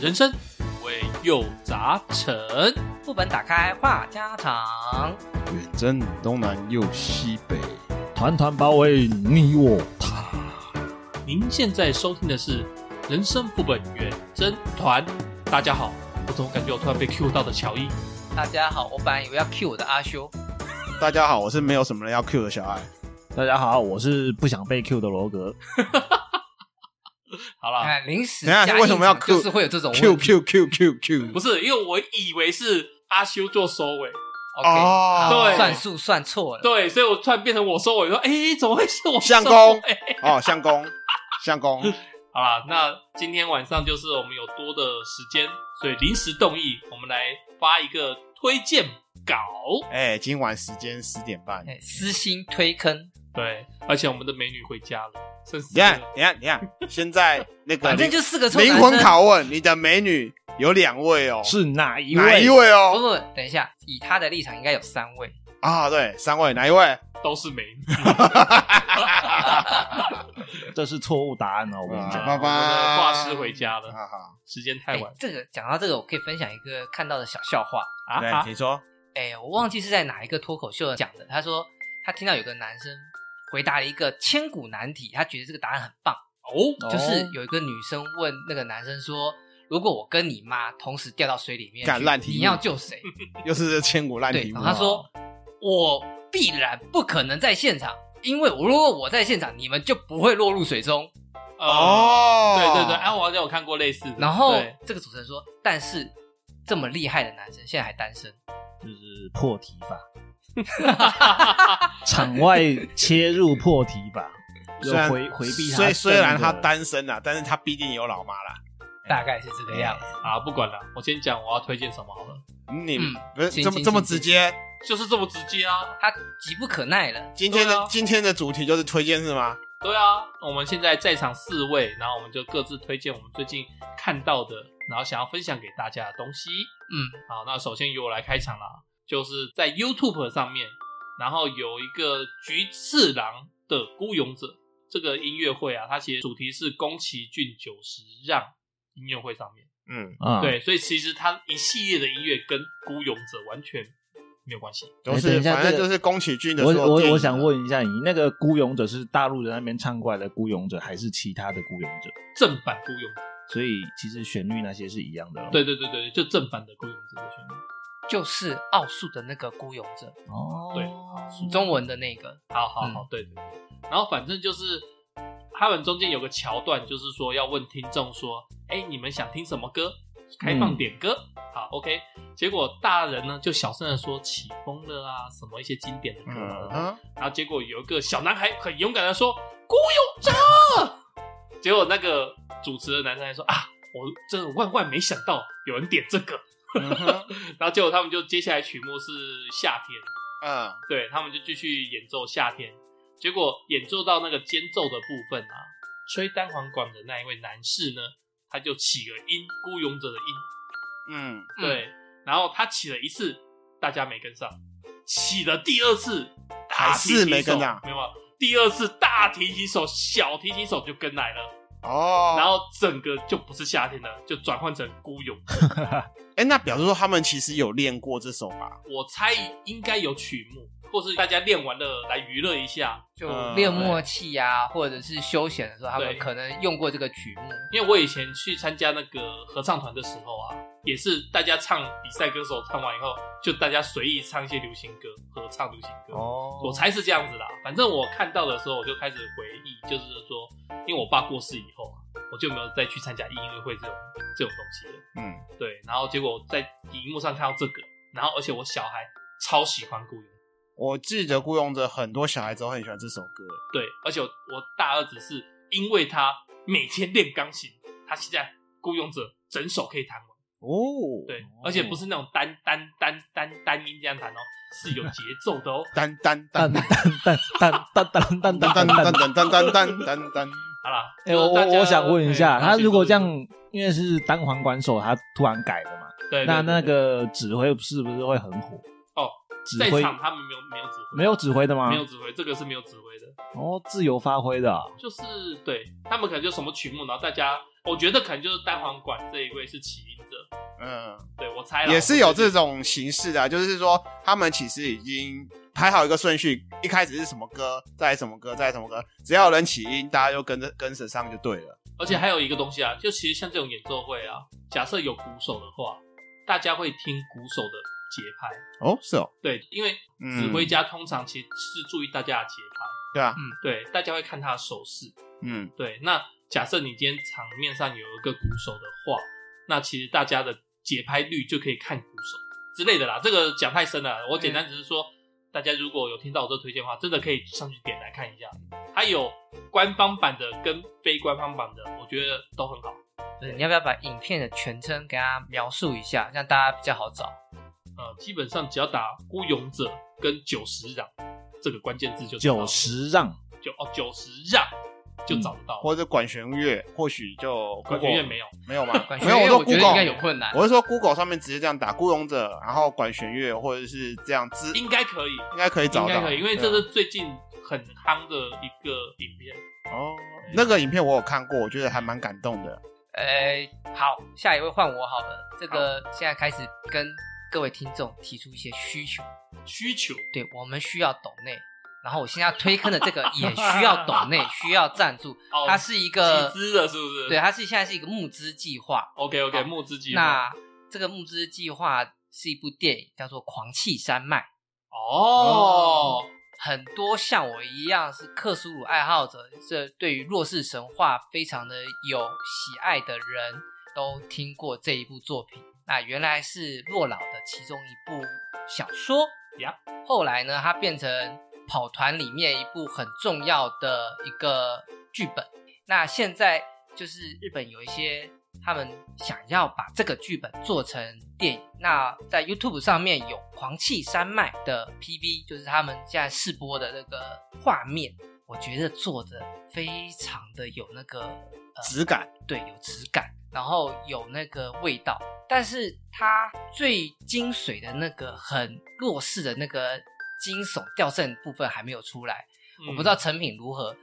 人生五味又杂陈。副本打开话家常，远征东南又西北，团团包围你我他。您现在收听的是《人生副本远征团》，大家好，我怎么感觉我突然被 Q 到的乔伊？大家好，我本来以为要 cue 我的阿修，大家好，我是没有什么人要 Q 的小爱。大家好，我是不想被 Q 的罗格。好啦，看哎临时啊等一下加硬为什么要场就 cue- 是会有这种 Q 问题 Q Q Q Q，不是，因为我以为是阿修做收尾， OK，哦好对算数算错了，对，所以我突然变成我收尾，说，哎，怎么会是我收尾相公哦，相公，相公， 好啦，那今天晚上就是我们有多的时间，所以临时动议，我们来发一个推荐稿。哎、今晚时间十点半。哎私心推坑，对，而且我们的美女回家了，剩四你看个，你看，你看，现在那个反正灵就四个臭灵男魂生。拷问，你的美女有两位哦，是哪一位？哪一位不哦？不，等一下，以他的立场应该有三位，啊，对，三位，哪一位？都是美女。这是错误答案哦！我跟你啊讲，拜拜我们的画师回家了，哈哈，时间太哎晚，这个讲到这个，我可以分享一个看到的小笑话。啊对，啊！你说，哎，我忘记是在哪一个脱口秀讲的。他说他听到有个男生回答了一个千古难题，他觉得这个答案很棒，哦，就是有一个女生问那个男生说：“如果我跟你妈同时掉到水里面干烂去，题目你要救 谁又是这千古？”烂对，题目哦然后啊。他说：“我必然不可能在现场，因为如果我在现场，你们就不会落入水中。”呃，哦，对对对，哎，我好像有看过类似的。然后对 这个主持人说：“但是这么厉害的男生现在还单身，哎就是破题法，啊场外切入破题法，就虽然回回避他。虽虽然他，单身啊，但是他必定有老妈啦。大概是这个样哎子。啊，不管了，我先讲我要推荐什么好了，你嗯不是行这么行这么行直接？就是这么直接啊。他急不可耐了。今天对的啊今天的主题就是推荐是吗？对啊，我们现在在场四位，然后我们就各自推荐我们最近看到的，然后想要分享给大家的东西。嗯，好，那首先由我来开场啦，就是在 YouTube 上面，然后有一个菊次郎的孤勇者这个音乐会啊，它其实主题是宫崎骏九十让音乐会上面，嗯，啊，对，所以其实它一系列的音乐跟孤勇者完全没有关系。都哎是等一下反正这个就是宫崎骏的我所有电我影我啊想问一下，你那个孤勇者是大陆人那边唱过来的孤勇者，还是其他的孤勇者？正版孤勇者，所以其实旋律那些是一样的咯。对对对对，就正版的孤勇者的旋律。就是奥数的那个孤勇者，哦，对中文的那个。好好好，对对对。然后反正就是他们中间有个桥段，就是说要问听众说：“哎，你们想听什么歌？开放点歌。好，OK。结果大人呢就小声的说《起风了》啊，什么一些经典的歌嗯啊。啊，然后结果有一个小男孩很勇敢的说：“孤勇者。”结果那个主持的男生还说：“啊，我真的万万没想到有人点这个。嗯哼然后结果他们就接下来曲目是夏天。 嗯，对他们就继续演奏夏天，结果演奏到那个间奏的部分啊，吹单簧管的那一位男士呢，他就起了音，孤勇者的音，嗯，嗯对，然后他起了一次，大家没跟上，起了第二次，大还是提琴没跟上手没有，第二次大提琴手、小提琴手就跟来了，哦，然后整个就不是夏天了，就转换成孤勇。哎，那表示说他们其实有练过这首吧？我猜应该有曲目，或是大家练完了来娱乐一下，就嗯练默契呀、或者是休闲的时候，他对们可能用过这个曲目。因为我以前去参加那个合唱团的时候啊，也是大家唱比赛歌手唱完以后，就大家随意唱一些流行歌，合唱流行歌。哦我猜是这样子啦。反正我看到的时候，我就开始回忆，就是说，因为我爸过世以后啊，我就没有再去参加音乐会这种这种东西了。嗯，对，然后结果我在荧幕上看到这个，然后而且我小孩超喜欢顾云，我记得雇佣者很多小孩子都很喜欢这首歌，对，而且我我大儿子是因为他每天练钢琴，他现在雇佣者整首可以弹完。哦，对，而且不是那种单单单单单音这样弹哦，是有节奏的哦。单单蛋单蛋蛋蛋蛋蛋单蛋单蛋蛋单蛋。单单单单单单，好啦，哎，就是我大家我我想问一下，哎他如果这样了解，因为是单簧管手，他突然改了嘛，对，对那对那对个指挥是不是会很火？哦，指在挥场他们没有没有指挥，啊没有啊指挥的吗？没有指挥，这个是没有指挥的，哦，自由发挥的啊、就是对他们可能就什么曲目，然后大家我觉得可能就是单簧管这一位是起因者，嗯，对我猜啦也是有我觉得这种形式的啊、就是说他们其实已经排好一个顺序，一开始是什么歌，再来什么歌，再来什么歌，只要有人起音，大家就跟着跟着上就对了。而且还有一个东西啊，就其实像这种演奏会啊，假设有鼓手的话，大家会听鼓手的节拍，哦，是哦，对，因为嗯，指挥家通常其实是注意大家的节拍，对啊，对，大家会看他的手势，嗯对。那假设你今天场面上有一个鼓手的话，那其实大家的节拍率就可以看鼓手之类的啦。这个讲太深了，我简单只是说，大家如果有听到我这推荐的话，真的可以上去点来看一下。它有官方版的跟非官方版的，我觉得都很好。对，你要不要把影片的全称给它描述一下，这样大家比较好找？呃，基本上只要打“孤勇者”跟“九十让”这个关键字就知道了九十让，。九哦九十让就找得到了。或者管弦乐，或许就管 Google 弦乐没有，没有吗？ 管没弦有，乐说我觉得应 Google 该有困难。我是说 Google 上面直接这样打孤勇者，然后管弦乐或者是这样字，应该可以，应该可以应找该到，可以，因为对这啊是最近很夯的一个影片。哦，那个影片我有看过，我觉得还蛮感动的。呃，好，下一位换我好了。这个现在开始跟各位听众提出一些需求，需求对我们需要抖内，然后我现在要推坑的这个也需要抖内，需要赞助，哦，它是一个集资的，是不是？对，它是现在是一个募资计划。 ，OK OK，好募资计划。那这个募资计划是一部电影，叫做《狂气山脉》。哦，很多像我一样是克苏鲁爱好者，这对于弱势神话非常的有喜爱的人，都听过这一部作品。那原来是洛老的其中一部小说呀后来呢，它变成跑团里面一部很重要的一个剧本。那现在就是日本有一些他们想要把这个剧本做成电影。那在 YouTube 上面有《狂气山脉》的 PV，就是他们现在试播的这个画面，我觉得做的非常的有那个呃质感，对，有质感，然后有那个味道，但是它最精髓的那个很弱势的那个惊悚掉阵部分还没有出来，嗯我不知道成品如何。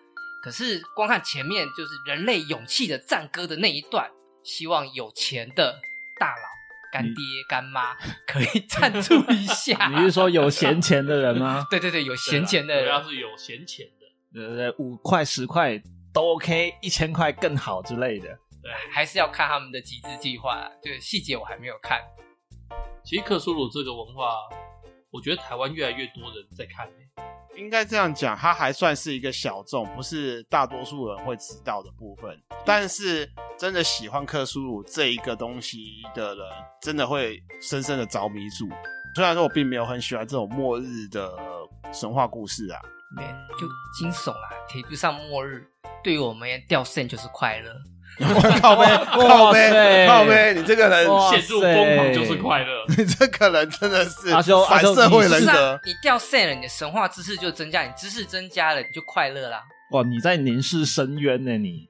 可是光看前面就是人类勇气的赞歌的那一段，希望有钱的大佬、干爹、干妈可以赞助一下？你是说有闲钱的人吗 对对对，有对啦啊闲钱的主人要，是有闲钱的，对对对，五块十块都 OK，一千块更好之类的。对。还是要看他们的集资计划啦。就是细节我还没有看。其实克苏鲁这个文化，我觉得台湾越来越多人在看、欸。应该这样讲，它还算是一个小众，不是大多数人会知道的部分。但是真的喜欢克苏鲁这一个东西的人，真的会深深的着迷住。虽然说我并没有很喜欢这种末日的神话故 事啊，对，就惊悚啦，铁不上末日，对于我们而言掉线就是快乐。靠背靠背塞靠背，你这个人，哇塞陷入疯狂就是快乐，嗯你这个人真的是阿修阿反修社会你人是格啊。，你掉线了，你的神话知识就增加，你知识增加了，你就快乐啦。哇，你在凝视深渊 呢、你。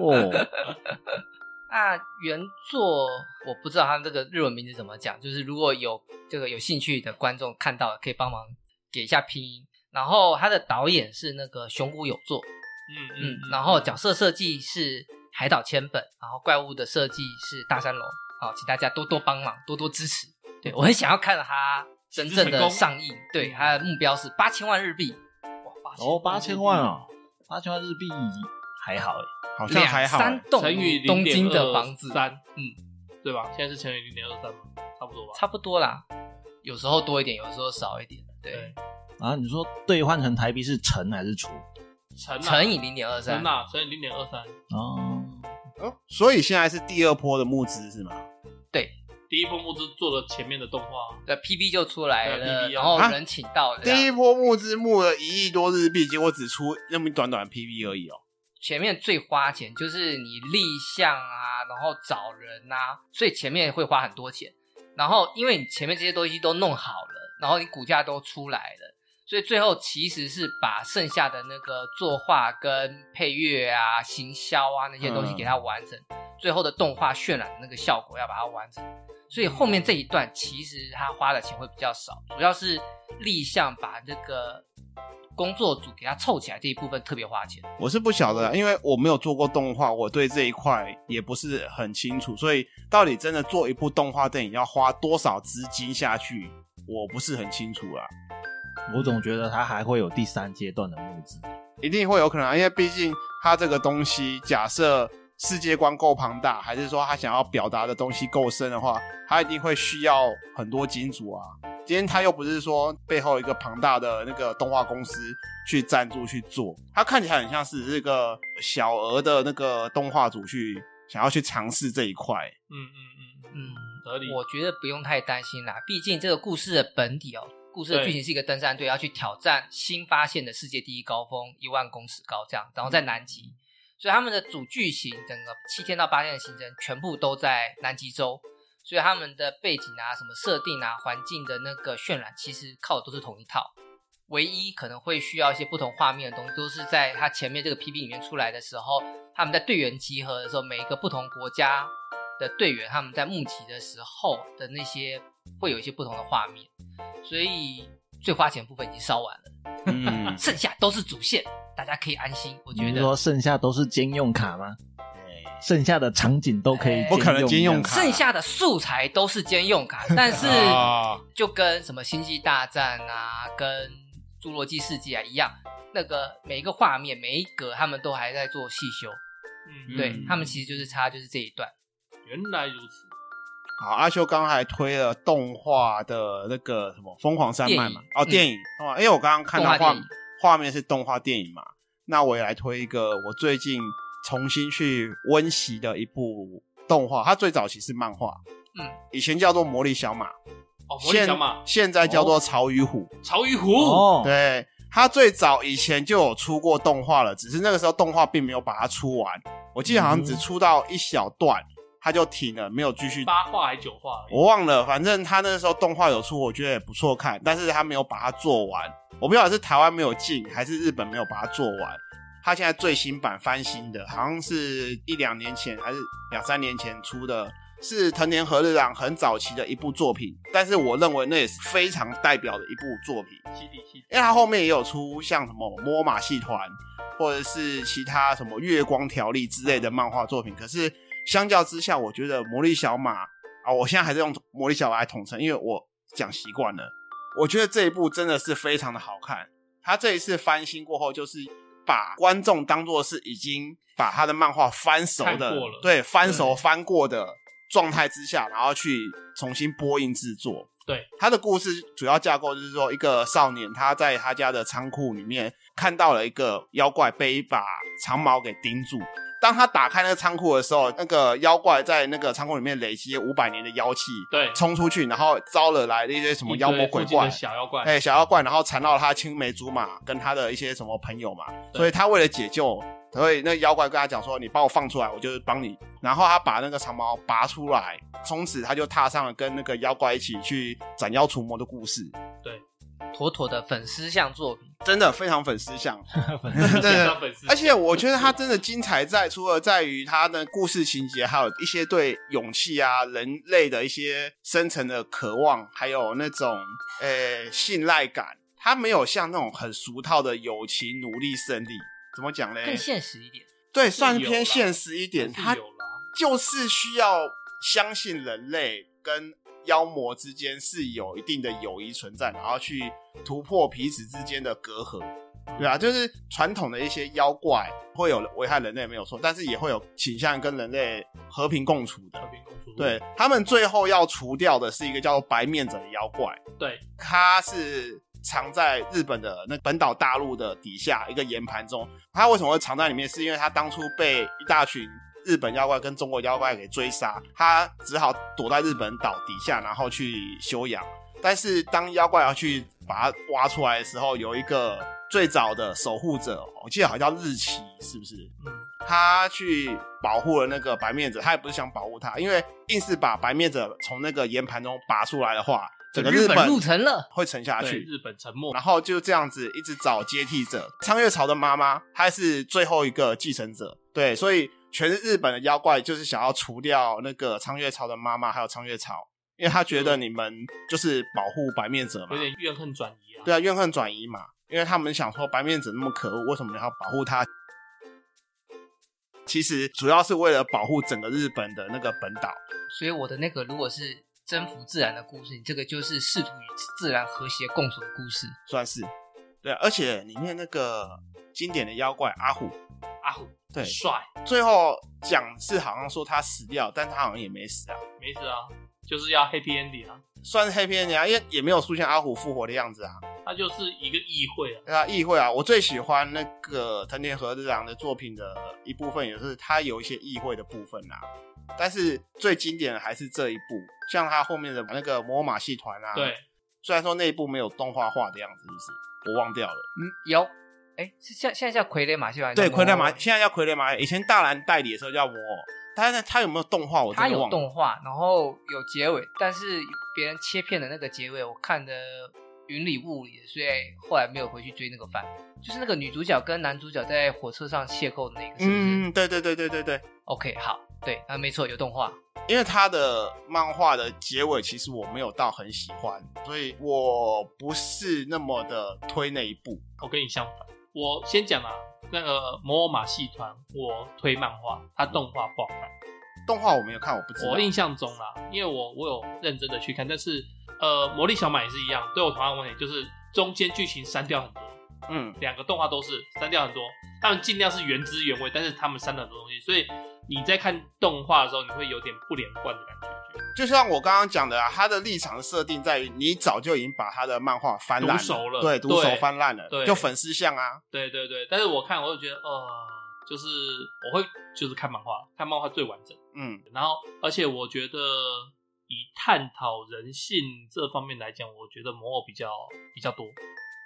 哦，那原作我不知道它这个日文名字怎么讲，就是如果有这个有兴趣的观众看到，可以帮忙给一下拼音。然后它的导演是那个熊谷有作，嗯嗯，然后角色设计是海岛千本，然后怪物的设计是大山龙。好，请大家多多帮忙，多多支持。对我很想要看到它真正成的功上映，对它的目标是八千万日币。哇，八哦，八千万哦，八千万日币还好哎。好像两还好欸、三栋乘以东京的房子，三，嗯，对吧？现在是乘以零点二三嘛，差不多吧。差不多啦。有时候多一点，有时候少一点。对对，，啊，你说兑换成台币是乘还是除？乘啊乘以零点二三乘，啊，乘以零点二三。哦，哦，所以现在是第二波的募资是吗？第一波募资做了前面的动画，对 PV 就出来对啊了， ，PV 啊然后啊人请到了。第一波募资募了一亿多日币，结果只出那么短短的 PV 而已哦。前面最花钱就是你立项啊，然后找人啊，所以前面会花很多钱。然后因为你前面这些东西都弄好了，然后你股价都出来了，所以最后其实是把剩下的那个作画跟配乐啊、行销啊那些东西嗯给它完成，最后的动画渲染的那个效果要把它完成。所以后面这一段其实他花的钱会比较少，主要是立项把这个工作组给他凑起来这一部分特别花钱。我是不晓得啦，因为我没有做过动画，我对这一块也不是很清楚，所以到底真的做一部动画电影要花多少资金下去，我不是很清楚啊啦。我总觉得它还会有第三阶段的募资。一定会有可能啊，因为毕竟它这个东西，假设世界观够庞大，还是说他想要表达的东西够深的话，他一定会需要很多金主啊。今天他又不是说背后一个庞大的那个动画公司去赞助去做，他看起来很像是这个小额的那个动画组去想要去尝试这一块。嗯嗯嗯，嗯，合理。我觉得不用太担心啦，毕竟这个故事的本体哦，故事的剧情是一个登山队要去挑战新发现的世界第一高峰一万公尺高这样，然后在南极，所以他们的主剧情整个七天到八天的行程全部都在南极洲，所以他们的背景啊、什么设定啊、环境的那个渲染，其实靠的都是同一套。唯一可能会需要一些不同画面的东西，都是在它前面这个 PV 里面出来的时候，他们在队员集合的时候，每一个不同国家的队员他们在募集的时候的那些会有一些不同的画面，所以最花钱的部分已经烧完了，嗯，剩下都是主线，大家可以安心。我觉你是得说剩下都是兼用卡吗？剩下的场景都可以，哎不可能兼用卡剩下的素材都是兼用卡，但 是 啊就跟什么《星际大战》啊，跟《侏罗纪世纪》啊一样，那个每一个画面、每一格，他们都还在做细修。嗯，对、嗯他们其实就是差就是这一段。原来如此。好，阿修刚才推了动画的那个什么《疯狂山脉》嘛，哦，电影嗯电影哦，因为我刚刚看到动画画电影画面是动画电影嘛，那我也来推一个我最近重新去温习的一部动画，它最早其实是漫画，嗯，以前叫做《魔力小马》，哦，魔力小马、现现在叫做《潮与虎》曹玉虎， 哦，对，它最早以前就有出过动画了，只是那个时候动画并没有把它出完，我记得好像只出到一小段，它就停了，没有继续八话还九话而已？我忘了，反正他那时候动画有出，我觉得也不错看，但是他没有把它做完。我不晓得是台湾没有进，还是日本没有把它做完。他现在最新版翻新的，好像是一两年前还是两三年前出的，是藤田和日朗很早期的一部作品，但是我认为那也是非常代表的一部作品。七弟七弟，因为他后面也有出像什么摸马戏团，或者是其他什么月光条例之类的漫画作品。可是相较之下，我觉得魔力小马啊，我现在还是用魔力小马来统称，因为我讲习惯了。我觉得这一部真的是非常的好看。他这一次翻新过后，就是把观众当做是已经把他的漫画翻熟看的过了，对，翻熟对翻过的状态之下，然后去重新播映制作。对，他的故事主要架构就是说，一个少年他在他家的仓库里面看到了一个妖怪被一把长矛给钉住。当他打开那个仓库的时候，那个妖怪在那个仓库里面累积五百年的妖气，对，冲出去，然后招惹来了一些什么妖魔鬼一堆附近怪的，小妖怪，哎、小妖怪，然后缠绕他青梅竹马跟他的一些什么朋友嘛，对所以他为了解救，所以那妖怪跟他讲说：“你把我放出来，我就是帮你。”然后他把那个长矛拔出来，从此他就踏上了跟那个妖怪一起去斩妖除魔的故事，妥妥的粉丝向作品。真的非常粉丝向，粉真线的上。粉丝，而且我觉得他真的精彩在，除了在于他的故事情节，还有一些对勇气啊、人类的一些深层的渴望，还有那种呃信赖感。他没有像那种很俗套的友情、努力、胜利，怎么讲嘞更？现实一点。对，算有偏啦现实一点。还他是有啦，就是需要相信人类跟妖魔之间是有一定的友谊存在，然后去突破彼此之间的隔阂，对啊，就是传统的一些妖怪会有危害人类没有错，但是也会有倾向跟人类和平共处的和。平公主，对他们最后要除掉的是一个叫做白面者的妖怪，对，它是藏在日本的那本岛大陆的底下一个岩盘中。它为什么会藏在里面？是因为它当初被一大群日本妖怪跟中国妖怪给追杀，它只好躲在日本岛底下，然后去休养。但是当妖怪要去把它挖出来的时候，有一个最早的守护者，我记得好像叫日崎，是不是？嗯，他去保护了那个白面者，他也不是想保护他，因为硬是把白面者从那个岩盘中拔出来的话，整个日本入城了，会沉下对，去。日本沉没然，后就这样子一直找接替者。苍月朝的妈妈，她是最后一个继承者，对，所以全日本的妖怪就是想要除掉那个苍月朝的妈妈，还有苍月朝，因为他觉得你们就是保护白面者嘛有，点怨恨转移啊，对啊，怨恨转移嘛。因为他们想说白面者那么可恶，为什么你要保护他？其实主要是为了保护整个日本的那个本岛。所以我的那个如果是征服自然的故事，你这个就是试图与自然和谐共处的故事。算是对啊，而且里面那个经典的妖怪阿虎，阿虎对帅，最后讲是好像说他死掉，但他好像也没死啊，没事啊，就是要 happy ending 啊，算是黑片呀，因为也没有出现阿虎复活的样子啊。他就是一个议会啊，对啊，议会啊，我最喜欢那个藤田和日郎的作品的一部分，也是他有一些议会的部分啊。但是最经典的还是这一部，像他后面的那个魔马戏团啊，对，虽然说那一部没有动画化的样子，就是我忘掉了。嗯，有，哎，是现现在叫傀儡马戏团，对，你知道傀儡马吗现在叫傀儡马，以前大蓝代理的时候叫魔偶，但是他有没有动画我它真的有忘了。动画，然后有结尾，但是别人切片的那个结尾，我看的云里雾里的，所以后来没有回去追那个番。就是那个女主角跟男主角在火车上邂逅的那个，是不是、嗯，对对对对对对， o k 好，对，啊，没错，有动画。因为他的漫画的结尾其实我没有到很喜欢，所以我不是那么的推那一部。我跟你相反，我先讲啊，那个摩尔马戏团，我推漫画，它动画不好看。动画我没有看，我不知道。我印象中啦，因为我我有认真的去看，但是呃，魔力小马也是一样，对我同样的问题，就是中间剧情删掉很多，嗯，两个动画都是删掉很多，他们尽量是原汁原味，但是他们删了很多东西，所以你在看动画的时候，你会有点不连贯的感觉。就像我刚刚讲的、啊，他的立场设定在于你早就已经把他的漫画翻烂读熟了对，读熟对翻烂了，对就粉丝像啊，对对对，但是我看我就觉得，哦、就是我会就是看漫画，看漫画最完整。嗯，然后，而且我觉得以探讨人性这方面来讲，我觉得魔偶比较比较多。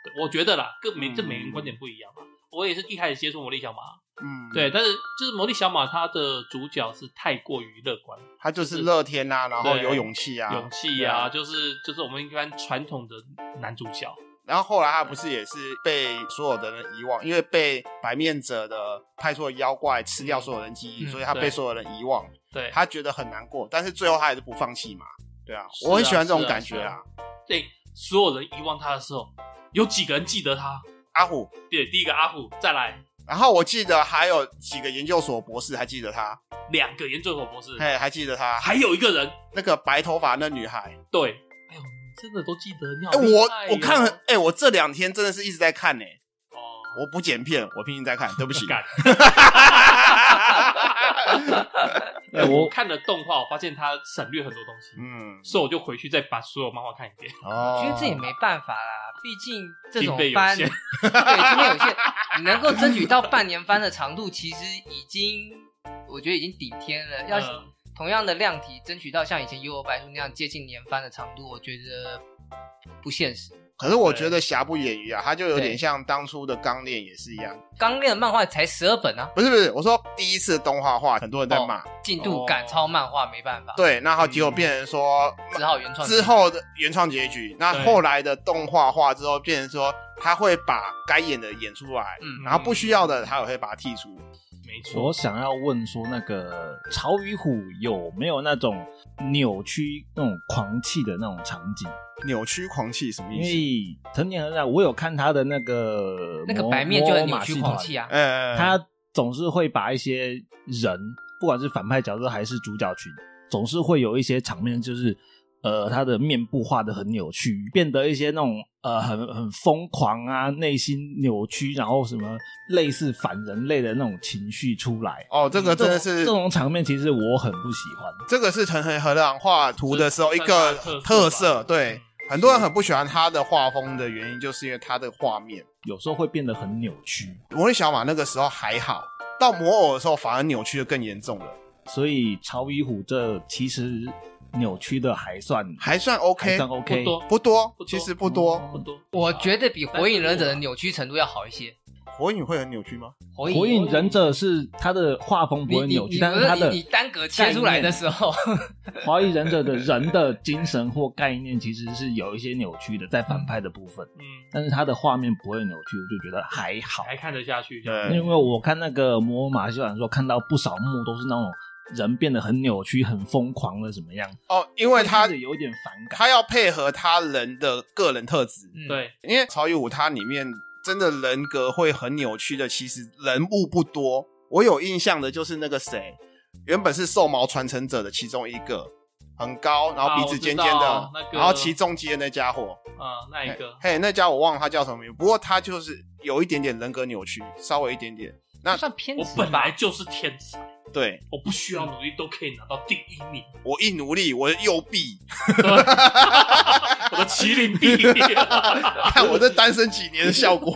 对我觉得啦，各每这每个人观点不一样嘛。我也是一开始接触魔力小马，嗯，对，，但是就是魔力小马它的主角是太过于乐观，他就是乐天啊，然后有勇气啊，勇气对啊，啊就是就是我们一般传统的男主角，然后后来他不是也是被所有的人遗忘，因为被白面者的派出的妖怪吃掉所有人记忆，嗯所以他被对所有人遗忘，对，他觉得很难过，但是最后他还是不放弃嘛。对啊，是啊我很喜欢这种是啊感觉是啊啊。对所有人遗忘他的时候，有几个人记得他？阿虎，对，第一个阿虎，再来然后我记得还有几个研究所博士还记得他，两个研究所博士，嘿，还记得他，还有一个人，那个白头发那女孩。对，哎呦，你真的都记得，你好哎、厉我害我看很哦哎、我这两天真的是一直在看呢、哦，我不剪片，我拼命在看，对不起。 干哎我我看了动画，我发现他省略很多东西，嗯，所以我就回去再把所有漫画看一遍。哦我觉得这也没办法啦，毕竟这经种费有番对限经费有限，你能够争取到半年番的长度，其实已经我觉得已经顶天了。要、嗯同样的量体争取到像以前《幽游白书》那样接近年番的长度，我觉得不现实。可是我觉得瑕不掩瑜啊，它就有点像当初的《钢炼》也是一样。刚练的漫画才十二本啊，哦不是不是，我说第一次动画化，很多人在骂。进度赶哦超漫画没办法，对，那后结果变成说、只好原创。之后的原创结局，那对后来的动画化之后，变成说他会把该演的演出来，嗯然后不需要的他也会把它剔除。没 错，我想要问说，那个潮与虎有没有那种扭曲、那种狂气的那种场景？扭曲狂气什么因意思？为藤田和奈，我有看他的那个那个魔白面就很魔扭马曲戏狂团哎气啊，呃，他总是会把一些人，不管是反派角色还是主角群，总是会有一些场面，就是呃，他的面部画的很扭曲，变得一些那种呃很很疯狂啊，内心扭曲，然后什么类似反人类的那种情绪出来。哦，这个真的嗯这是种这种场面，其实我很不喜欢。这个是藤原和朗画图的时候一个是特特色，色吧对嗯，很多人很不喜欢他的画风的原因，就是因为他的画面。有时候会变得很扭曲，魔力小马那个时候还好，到魔偶的时候反而扭曲的更严重了，所以潮与虎这其实扭曲的还算还算还 OK，算不 OK，多不，不多多嗯其实不多。不多。我觉得比《火影忍者》的扭曲程度要好一些。火影会很扭曲吗？火影火影忍者是它的画风不你会你扭曲，你但是它的你你 单格切出来的时候， 《华裔忍者》的人的精神或概念其实是有一些扭曲的，在反派的部分，嗯，但是它的画面不会扭曲，我就觉得还好。还看得下去，这对样因为我看那个《魔偶马戏团》的时候，看到不少幕都是那种人变得很扭曲、很疯狂的怎么样，哦，因为他我就是有点反感。他要配合他人的个人特质，嗯，对，因为曹禺武他里面真的人格会很扭曲的，其实人物不多。我有印象的就是那个谁，原本是兽毛传承者的其中一个，很高，然后鼻子尖尖的，啊我知道那个然后骑重机的那家伙，啊，那一个嘿，嘿那家我忘了他叫什么名，不过他就是有一点点人格扭曲，稍微一点点。那就算偏我执本来吧。就是天才，对我不需要努力都可以拿到第一名，我一努力，我的右臂，我的麒麟臂。 看我这单身几年的效果，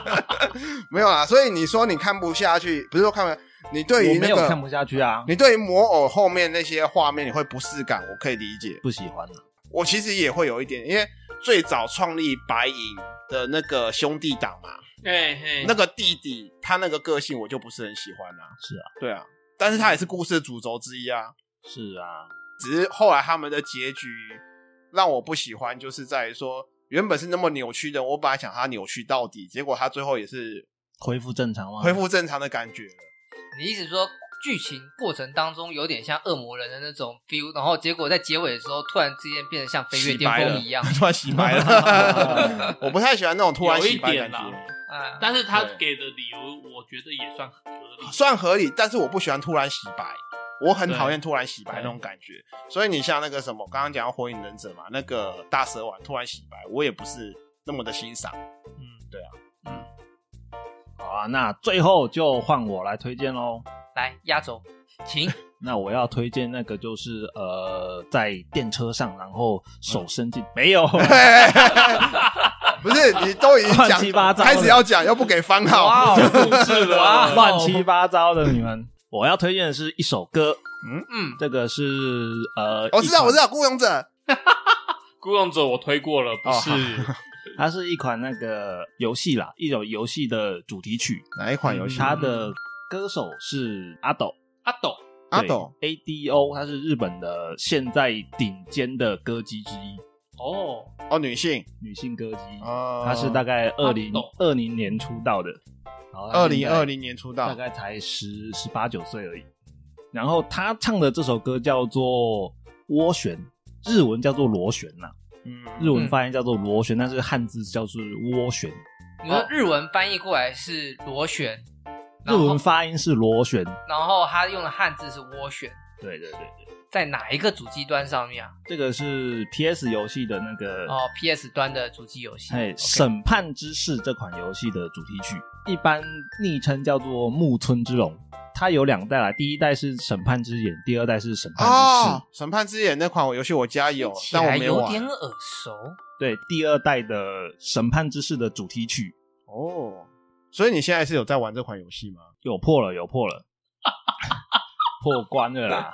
没有啦。所以你说你看不下去，不是说看不，你对于我没那有个看不下去啊，你对于魔偶后面那些画面你会不适感，我可以理解。不喜欢啊我其实也会有一点，因为最早创立白银的那个兄弟党嘛，嘿哎嗯嘿，那个弟弟他那个个性我就不是很喜欢啦、是啊，对啊，但是他也是故事的主轴之一啊。是啊，只是后来他们的结局让我不喜欢，就是在于说原本是那么扭曲的，我本来想他扭曲到底，结果他最后也是恢复正常吗？恢复正常的感觉了。你意思说剧情过程当中有点像恶魔人的那种 feel，然后结果在结尾的时候突然之间变得像飞跃洗巅白了，峰一 样 突然洗白了，我不太喜欢那种突然洗白的感有一点觉。啊，但是他对给的理由，我觉得也算合理。算合理，但是我不喜欢突然洗白，我很讨厌突然洗白对那种感觉。所以你像那个什么，刚刚讲到火影忍者嘛，那个大蛇丸突然洗白，我也不是那么的欣赏。嗯，啊好啊，那最后就换我来推荐喽。来压轴，请那我要推荐那个就是呃，在电车上，然后嗯手伸进、没 有哎不是你都已经乱七八讲，糟开始要讲，又不给番号，哇哦，故事 了哇哦，乱七八糟的你们。我要推荐的是一首歌，嗯，这个是呃，哦我知道，一款我知，道，孤勇者孤勇者我推过了，不是哦它是一款那个游戏啦，一种游戏的主题曲。哪一款游戏？嗯它的歌手是阿斗， 阿斗。阿斗对 ADO，他是日本的现在顶尖的歌姬之一，哦，哦，女性女性歌姬。哦，她是大概二零阿斗二零年出道的，然后她二现零在二零年出大道，概才十十八九岁而已。然后她唱的这首歌叫做《涡旋》，日文叫做《螺旋》呐，嗯，日文发音叫做《螺旋》，但是汉字叫做《涡旋》，你说日文翻译过来是螺旋，日文发音是《螺旋》。然后他用的汉字是涡旋，对对对对，在哪一个主机端上面啊？这个是 PS 游戏的那个哦，PS 端的主机游戏，哎，《 OK 审判之誓》这款游戏的主题曲，一般昵称叫做木村之龙。它有两代啦，第一代是《审判之眼》，第二代是《审判之誓》哦，审判之眼那款我游戏我家有，起但我来没有点玩。耳熟，对，第二代的《审判之誓》的主题曲哦，所以你现在是有在玩这款游戏吗？有破了，有破 了，破关了啦。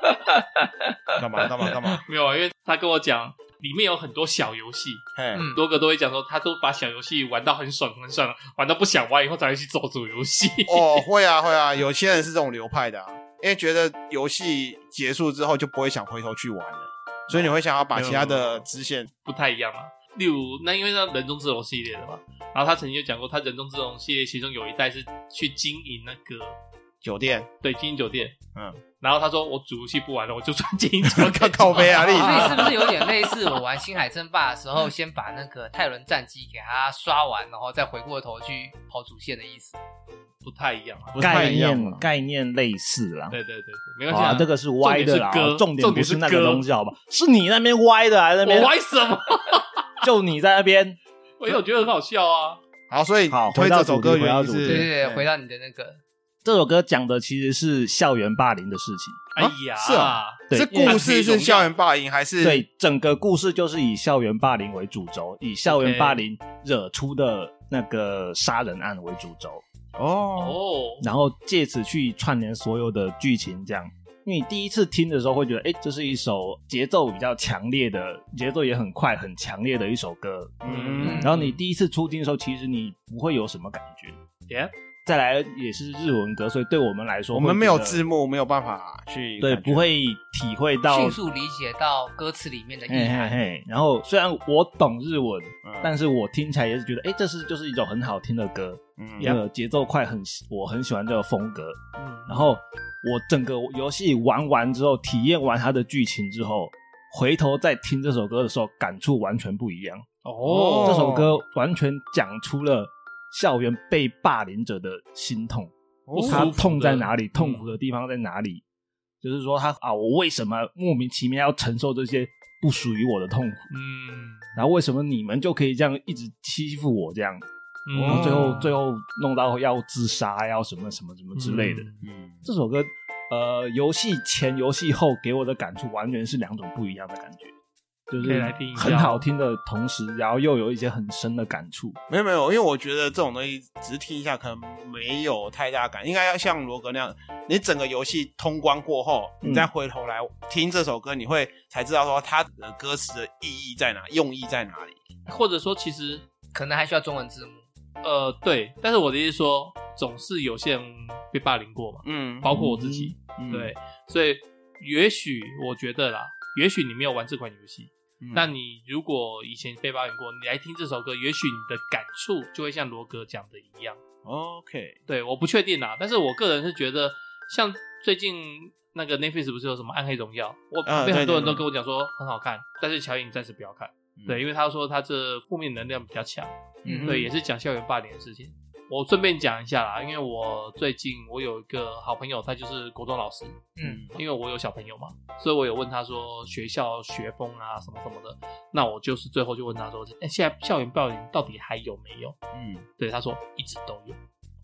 干嘛干嘛干 嘛？没有啊，因为他跟我讲，里面有很多小游戏，嘿，嗯，多哥都会讲说，他都把小游戏玩到很爽很爽，玩到不想玩以后才会去做主游戏。哦，会啊会啊，有些人是这种流派的、啊，因为觉得游戏结束之后就不会想回头去玩了，所以你会想要把其他的支线 不太一样嘛。例如，那因为那人中之龙系列的嘛，然后他曾经就讲过，他人中之龙系列其中有一代是去经营那个酒 店对经营酒店，嗯，然后他说我主游戏不玩了，我就算经营酒店 靠背啊，所 以你是不是有点类似我玩《星海争霸》的时候，先把那个泰伦战机给它刷完，然后再回过头去跑主线的意思？ 不太一样啊。不太概一样念啊概念类似啦。对对对对，没关系啊，这个是歪的啦，重重点是歌重点不点是是那个歌东西，好吧？是你那边歪的啊，那边我玩什么？就你在那边，我有觉得很好笑啊。好，所以好推回到这首主歌题回原到因主是题对对对，回到到你的那个，这首歌讲的其实是校园霸凌的事情。哎呀，是啊对这故事因为是校园霸凌还是对，整个故事就是以校园霸凌为主轴，以校园 OK 霸凌惹出的那个杀人案为主轴，哦哦，然后借此去串联所有的剧情，这样。因为你第一次听的时候会觉得，哎，这是一首节奏比较强烈的，节奏也很快、很强烈的一首歌。嗯然后你第一次初听的时候，其实你不会有什么感觉。耶，再来也是日文歌，所以对我们来说，我们没有字字，幕，没有办法去对，感觉不会体会到。迅速理解到歌词里面的嘿意嘿涵。嘿，然后虽然我懂日文，嗯但是我听起来也是觉得，哎、这是就是一种很好听的歌，嗯那个节奏快很，我很喜欢这个风格。嗯，然后我整个游戏玩完之后，体验完它的剧情之后，回头再听这首歌的时候，感触完全不一样。哦，这首歌完全讲出了校园被霸凌者的心痛，哦不舒服他的痛在哪里，痛苦的地方在哪里，就是说他啊，我为什么莫名其妙要承受这些不属于我的痛苦？嗯，然后为什么你们就可以这样一直欺负我这样？嗯然后最后最后弄到要自杀，要什么什么什么之类的。嗯嗯，这首歌，呃，游戏前、游戏后给我的感触完全是两种不一样的感觉，就可以是来听一下很好听的同时，然后又有一些很深的感触。没有没有，因为我觉得这种东西只是听一下，可能没有太大感，应该要像罗格那样，你整个游戏通关过后，嗯你再回头来听这首歌，你会才知道说它的歌词的意义在哪，用意在哪里。或者说其实可能还需要中文字幕。呃对，但是我的意思说，总是有些人被霸凌过嘛，嗯，包括我自己，嗯，对，所以也许我觉得啦，也许你没有玩这款游戏，嗯那你如果以前被霸凌过，你来听这首歌，也许你的感触就会像罗格讲的一样。 OK，对，我不确定啊，但是我个人是觉得，像最近那个 Netflix 不是有什么《暗黑荣耀》，我啊被很多对人对都对跟我讲说很好看，但是乔颖暂时不要看，对，因为他说他这负面能量比较强，嗯对，也是讲校园霸凌的事情。我顺便讲一下啦，因为我最近我有一个好朋友，他就是国中老师，嗯，因为我有小朋友嘛，所以我有问他说学校学风啊什么什么的。那我就是最后就问他说，哎、现在校园霸凌到底还有没有？嗯对，他说一直都有，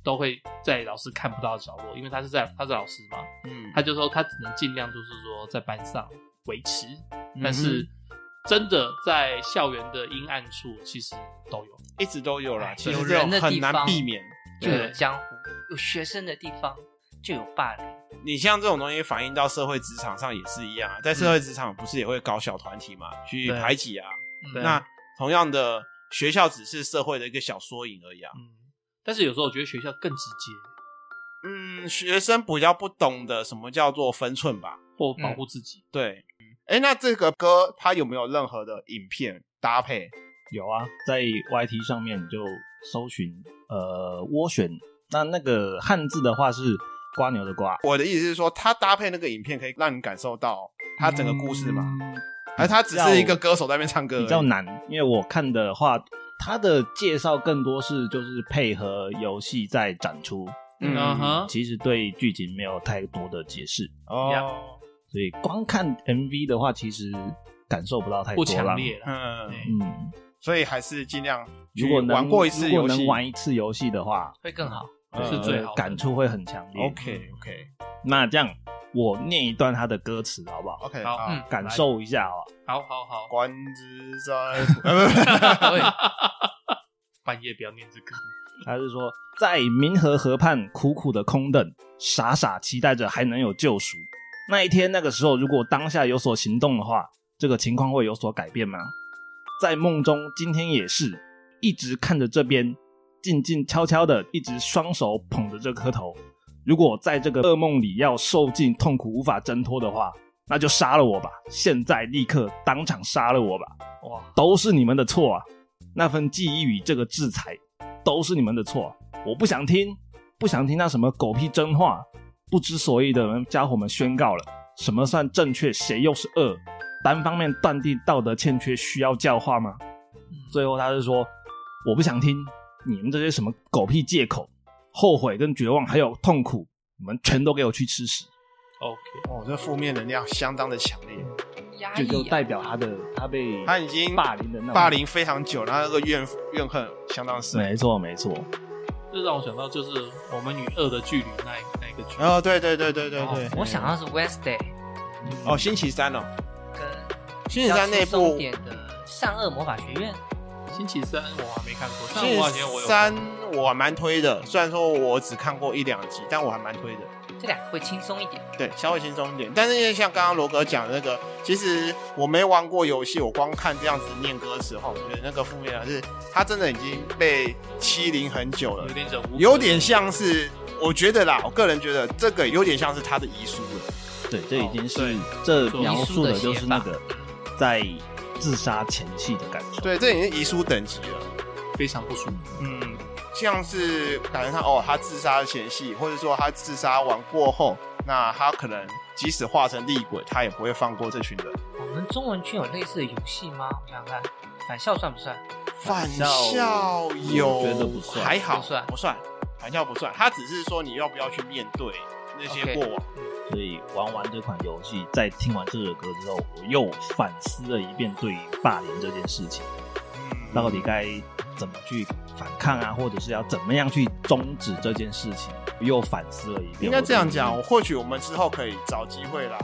都会在老师看不到的角落，因为他是在他是老师嘛，嗯，他就说他只能尽量就是说在班上维持，但嗯是真的在校园的阴暗处其实都有。一直都有啦，哎其实有这种人的很地难方避免。就对有江湖，有学生的地方就有霸凌。你像这种东西反映到社会职场上也是一样啊，在社会嗯职场不是也会搞小团体嘛，去对排挤啊。对那同样的，学校只是社会的一个小缩影而已啊。嗯，但是有时候我觉得学校更直接嗯，学生比较不懂得什么叫做分寸吧？或保护自己。对，哎、那这个歌它有没有任何的影片搭配？有啊，在 YT 上面你就搜寻呃涡旋，那那个汉字的话是瓜牛的瓜，我的意思是说，它搭配那个影片可以让你感受到它整个故事嘛，嗯还是它只是一个歌手在那边唱歌而已比较难，因为我看的话，它的介绍更多是就是配合游戏在展出，嗯嗯哼，其实对剧情没有太多的解释，哦，所以光看 MV 的话，其实感受不到太不多强啦。烈了。嗯，嗯，所以还是尽量去如果能玩过一次如游果戏能玩一次游戏的话，呃会更好。嗯是最好的感触会很强烈。 OK OK 那这样我念一段他的歌词好不好？ OK，好嗯感受一下啊，好好 好，官之在，呃不不不对，半夜不要念这个。他是说在冥河河畔苦苦的空等，傻傻期待着还能有救赎。那一天那个时候，如果当下有所行动的话，这个情况会有所改变吗？在梦中，今天也是一直看着这边，静静悄悄的，一直双手捧着这颗头。如果在这个噩梦里要受尽痛苦无法挣脱的话，那就杀了我吧！现在立刻当场杀了我吧！哇，都是你们的错啊！那份记忆与这个制裁，都是你们的错啊、我不想听，不想听那什么狗屁真话，不知所以的人家伙们宣告了，什么算正确，谁又是恶？单方面断定道德欠缺，需要教化吗？最后他是说，我不想听你们这些什么狗屁借口，后悔跟绝望还有痛苦，你们全都给我去吃屎！ OK， 哦，这负面能量相当的强烈，压这就抑、啊。代表他的他被他已经霸凌的那种霸，凌非常久，然后那个怨怨恨相当深。没错没错。这让我想到就是我们与恶的距离那一那一个距离。哦，对对对对对对哦，我想要是 Wednesday 哦，星期三哦，跟星期三那比较轻松部一，点的善恶魔法学院，星期三我还没看过，但星我好像我期有三我还蛮推的，虽然说我只看过一两集，但我还蛮推的。这两个会轻松一点。对，稍微轻松一点。但是因为像刚刚罗哥讲的那个，其实我没玩过游戏，我光看这样子念歌词后，我觉得那个负面啊是，他真的已经被欺凌很久了有，点忍无可忍，有点像是，我觉得啦，我个人觉得这个有点像是他的遗书了。对，这已经对是这做描遗书述的的就写是那法个在自杀前戏的感受。对，这已经是遗书等级了。非常不舒服。嗯，像是感觉他哦，他自杀的前戏，或者说他自杀完过后，那他可能即使化成厉鬼，他也不会放过这群人。我们中文圈有类似的游戏吗？我想想看，返校算不算？返校校有我觉得不算还好不算不算，返校不算，他只是说你要不要去面对那些 OK 过往。所以玩完这款游戏，在听完这首歌之后，我又反思了一遍对于霸凌这件事情，嗯到底该怎么去反抗啊，或者是要怎么样去终止这件事情，又反思了一遍。应该这样我讲，对于或许我们之后可以找机会来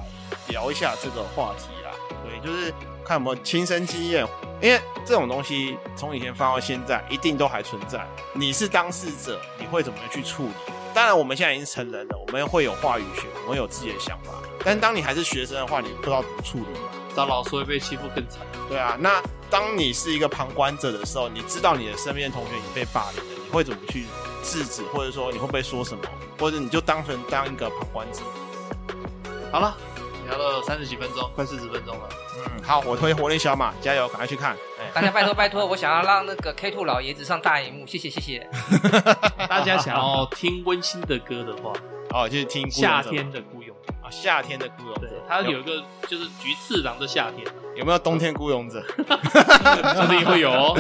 聊一下这个话题啦。对，就是看有没有亲身经验，因为这种东西从以前放到现在，一定都还存在。你是当事者，你会怎么去处理？当然，我们现在已经成人了，我们会有话语权，我们有自己的想法。但当你还是学生的话，你不知道怎么处理。找老师会被欺负更惨。对啊，那当你是一个旁观者的时候，你知道你的身边的同学已经被霸凌了，你会怎么去制止，或者说你会不会说什么，或者你就当成当一个旁观者？好了，聊了三十几分钟，快四十分钟了。嗯，好，我推火力小马，加油，赶快去看。大家拜托拜托，我想要让那个 K Two 老爷子上大荧幕，谢谢谢谢。大家想要听温馨的歌的话，哦，就是听孤勇夏者天的孤勇，啊，夏天的孤勇对者，，它有有一个就是菊次郎的夏天，有没有冬天孤勇者？说不定会有哦。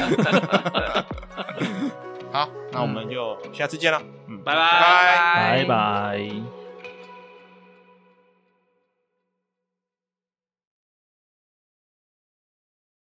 好，那我们就下次见了，嗯，拜拜拜。拜拜。